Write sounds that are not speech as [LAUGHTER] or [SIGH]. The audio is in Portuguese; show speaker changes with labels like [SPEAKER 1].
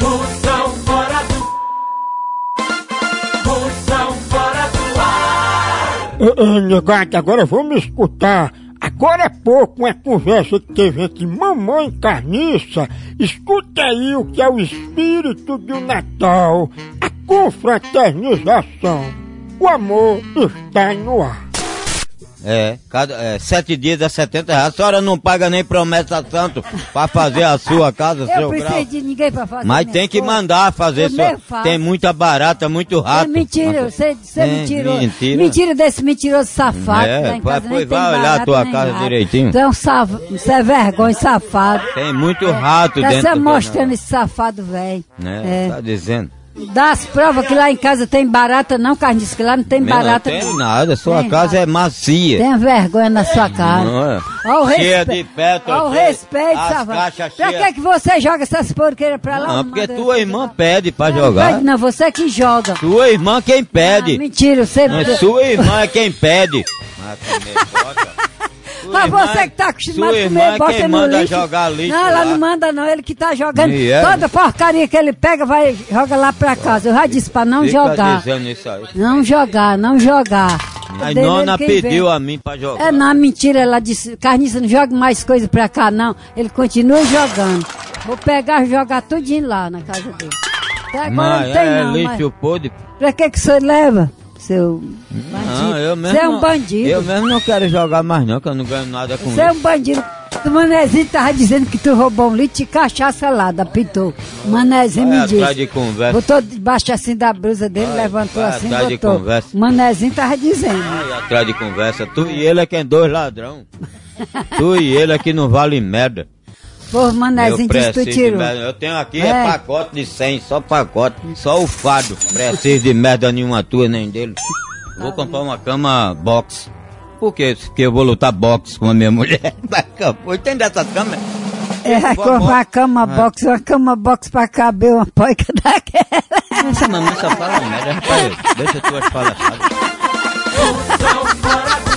[SPEAKER 1] Moção fora do. Moção fora do ar.
[SPEAKER 2] Ô, ô, Negado, agora vamos escutar. Agora há pouco, uma conversa que teve entre mamãe e carniça. Escuta aí o que é o espírito do Natal. A confraternização. O amor está no ar.
[SPEAKER 3] É, cada, é, sete dias é 70 reais. A senhora não paga nem promessa santo pra fazer a sua casa,
[SPEAKER 4] Eu
[SPEAKER 3] seu
[SPEAKER 4] preciso
[SPEAKER 3] grau.
[SPEAKER 4] de ninguém pra fazer.
[SPEAKER 3] Mas
[SPEAKER 4] minha
[SPEAKER 3] tem que
[SPEAKER 4] coisa.
[SPEAKER 3] mandar fazer,
[SPEAKER 4] Eu
[SPEAKER 3] senhor.
[SPEAKER 4] nem faço.
[SPEAKER 3] Tem muita barata, muito
[SPEAKER 4] É
[SPEAKER 3] rato.
[SPEAKER 4] mentira, você, você é,
[SPEAKER 3] É,
[SPEAKER 4] mentiroso.
[SPEAKER 3] mentira.
[SPEAKER 4] Mentira desse mentiroso safado.
[SPEAKER 3] É,
[SPEAKER 4] que lá em
[SPEAKER 3] vai-
[SPEAKER 4] casa nem
[SPEAKER 3] pois
[SPEAKER 4] tem
[SPEAKER 3] vai olhar
[SPEAKER 4] barato,
[SPEAKER 3] a tua
[SPEAKER 4] nem
[SPEAKER 3] casa
[SPEAKER 4] nada.
[SPEAKER 3] direitinho.
[SPEAKER 4] Tu é um saf... Você é vergonha, safado.
[SPEAKER 3] Tem muito rato
[SPEAKER 4] Tá
[SPEAKER 3] dentro
[SPEAKER 4] só
[SPEAKER 3] do
[SPEAKER 4] mostrando
[SPEAKER 3] canal.
[SPEAKER 4] esse safado, velho.
[SPEAKER 3] Né,
[SPEAKER 4] É.
[SPEAKER 3] Tá dizendo.
[SPEAKER 4] Dá as provas que lá em casa tem barata, não, Carniça, que lá não tem
[SPEAKER 3] Não
[SPEAKER 4] barata.
[SPEAKER 3] tem nada, sua
[SPEAKER 4] Tem
[SPEAKER 3] casa
[SPEAKER 4] nada.
[SPEAKER 3] é macia.
[SPEAKER 4] Tenha vergonha na sua cara.
[SPEAKER 3] Não é?
[SPEAKER 4] Olha o
[SPEAKER 3] Cheia
[SPEAKER 4] respeito.
[SPEAKER 3] de pétalas,
[SPEAKER 4] Olha o
[SPEAKER 3] cheia-
[SPEAKER 4] respeito,
[SPEAKER 3] as
[SPEAKER 4] safado.
[SPEAKER 3] caixas
[SPEAKER 4] Pra
[SPEAKER 3] cheias.
[SPEAKER 4] que, que você joga essas porqueiras pra lá?
[SPEAKER 3] Não,
[SPEAKER 4] manda
[SPEAKER 3] porque
[SPEAKER 4] eu
[SPEAKER 3] tua
[SPEAKER 4] jogar
[SPEAKER 3] irmã
[SPEAKER 4] lá?
[SPEAKER 3] pede pra
[SPEAKER 4] Não,
[SPEAKER 3] jogar.
[SPEAKER 4] pede Não, você que joga.
[SPEAKER 3] Sua irmã quem pede.
[SPEAKER 4] Ah, mentira, você.
[SPEAKER 3] É sua irmã é quem
[SPEAKER 4] [LAUGHS]
[SPEAKER 3] pede. Sua
[SPEAKER 4] Mas
[SPEAKER 3] irmã-
[SPEAKER 4] você que tá acostumado
[SPEAKER 3] sua
[SPEAKER 4] a
[SPEAKER 3] irmã
[SPEAKER 4] comer
[SPEAKER 3] é
[SPEAKER 4] bosta
[SPEAKER 3] quem
[SPEAKER 4] no
[SPEAKER 3] manda
[SPEAKER 4] lixo.
[SPEAKER 3] jogar lixo
[SPEAKER 4] Não, ela
[SPEAKER 3] lá.
[SPEAKER 4] não manda não, ele que tá jogando.
[SPEAKER 3] E é?
[SPEAKER 4] Toda porcaria que ele pega, vai joga lá pra casa. Eu já disse pra não
[SPEAKER 3] Fica
[SPEAKER 4] jogar.
[SPEAKER 3] dizendo isso aí.
[SPEAKER 4] Não jogar, não jogar.
[SPEAKER 3] A
[SPEAKER 4] Dele,
[SPEAKER 3] nona
[SPEAKER 4] ele quem
[SPEAKER 3] pediu
[SPEAKER 4] vê.
[SPEAKER 3] a mim pra jogar.
[SPEAKER 4] É, não, mentira, ela disse, Carniça, não joga mais coisa pra cá, não. Ele continua jogando. Vou pegar e jogar tudinho lá na casa dele. Até agora não
[SPEAKER 3] Mas
[SPEAKER 4] tem
[SPEAKER 3] é
[SPEAKER 4] não, mas...
[SPEAKER 3] lixo podre. Ah,
[SPEAKER 4] Pra que que você leva, seu
[SPEAKER 3] Não, eu mesmo
[SPEAKER 4] bandido? Você é um
[SPEAKER 3] não-
[SPEAKER 4] bandido.
[SPEAKER 3] Eu mesmo não quero jogar mais não, que eu não ganho nada com
[SPEAKER 4] Você é um bandido. O manezinho tava dizendo que tu roubou um litro de cachaça lá da Pitou. O manezinho
[SPEAKER 3] Vai
[SPEAKER 4] me
[SPEAKER 3] atrás
[SPEAKER 4] disse.
[SPEAKER 3] de conversa.
[SPEAKER 4] Botou debaixo assim da blusa dele,
[SPEAKER 3] Vai,
[SPEAKER 4] levantou
[SPEAKER 3] vai
[SPEAKER 4] assim,
[SPEAKER 3] atrás de
[SPEAKER 4] botou.
[SPEAKER 3] conversa.
[SPEAKER 4] O manezinho tava dizendo.
[SPEAKER 3] Aí atrás de conversa, tu e ele é quem é dois ladrão. tu e ele é que não vale merda.
[SPEAKER 4] Pô, o manezinho
[SPEAKER 3] eu
[SPEAKER 4] disse que
[SPEAKER 3] preciso
[SPEAKER 4] tu
[SPEAKER 3] de
[SPEAKER 4] tirou.
[SPEAKER 3] merda. Eu tenho aqui
[SPEAKER 4] É.
[SPEAKER 3] é pacote de 100, só pacote, só o fado. Preciso de merda nenhuma tua nem dele. Vou comprar uma cama box. Por quê? Porque eu vou lutar boxe com a minha mulher. [LAUGHS] Hoje tem dessas camas.
[SPEAKER 4] É, vai comprar uma
[SPEAKER 3] Ah.
[SPEAKER 4] cama box, uma cama box pra caber uma poica [LAUGHS] daquela.
[SPEAKER 3] Essa mamãe só fala merda, rapaz. Deixa tuas palhaçadas.
[SPEAKER 1] Moção fora do ar.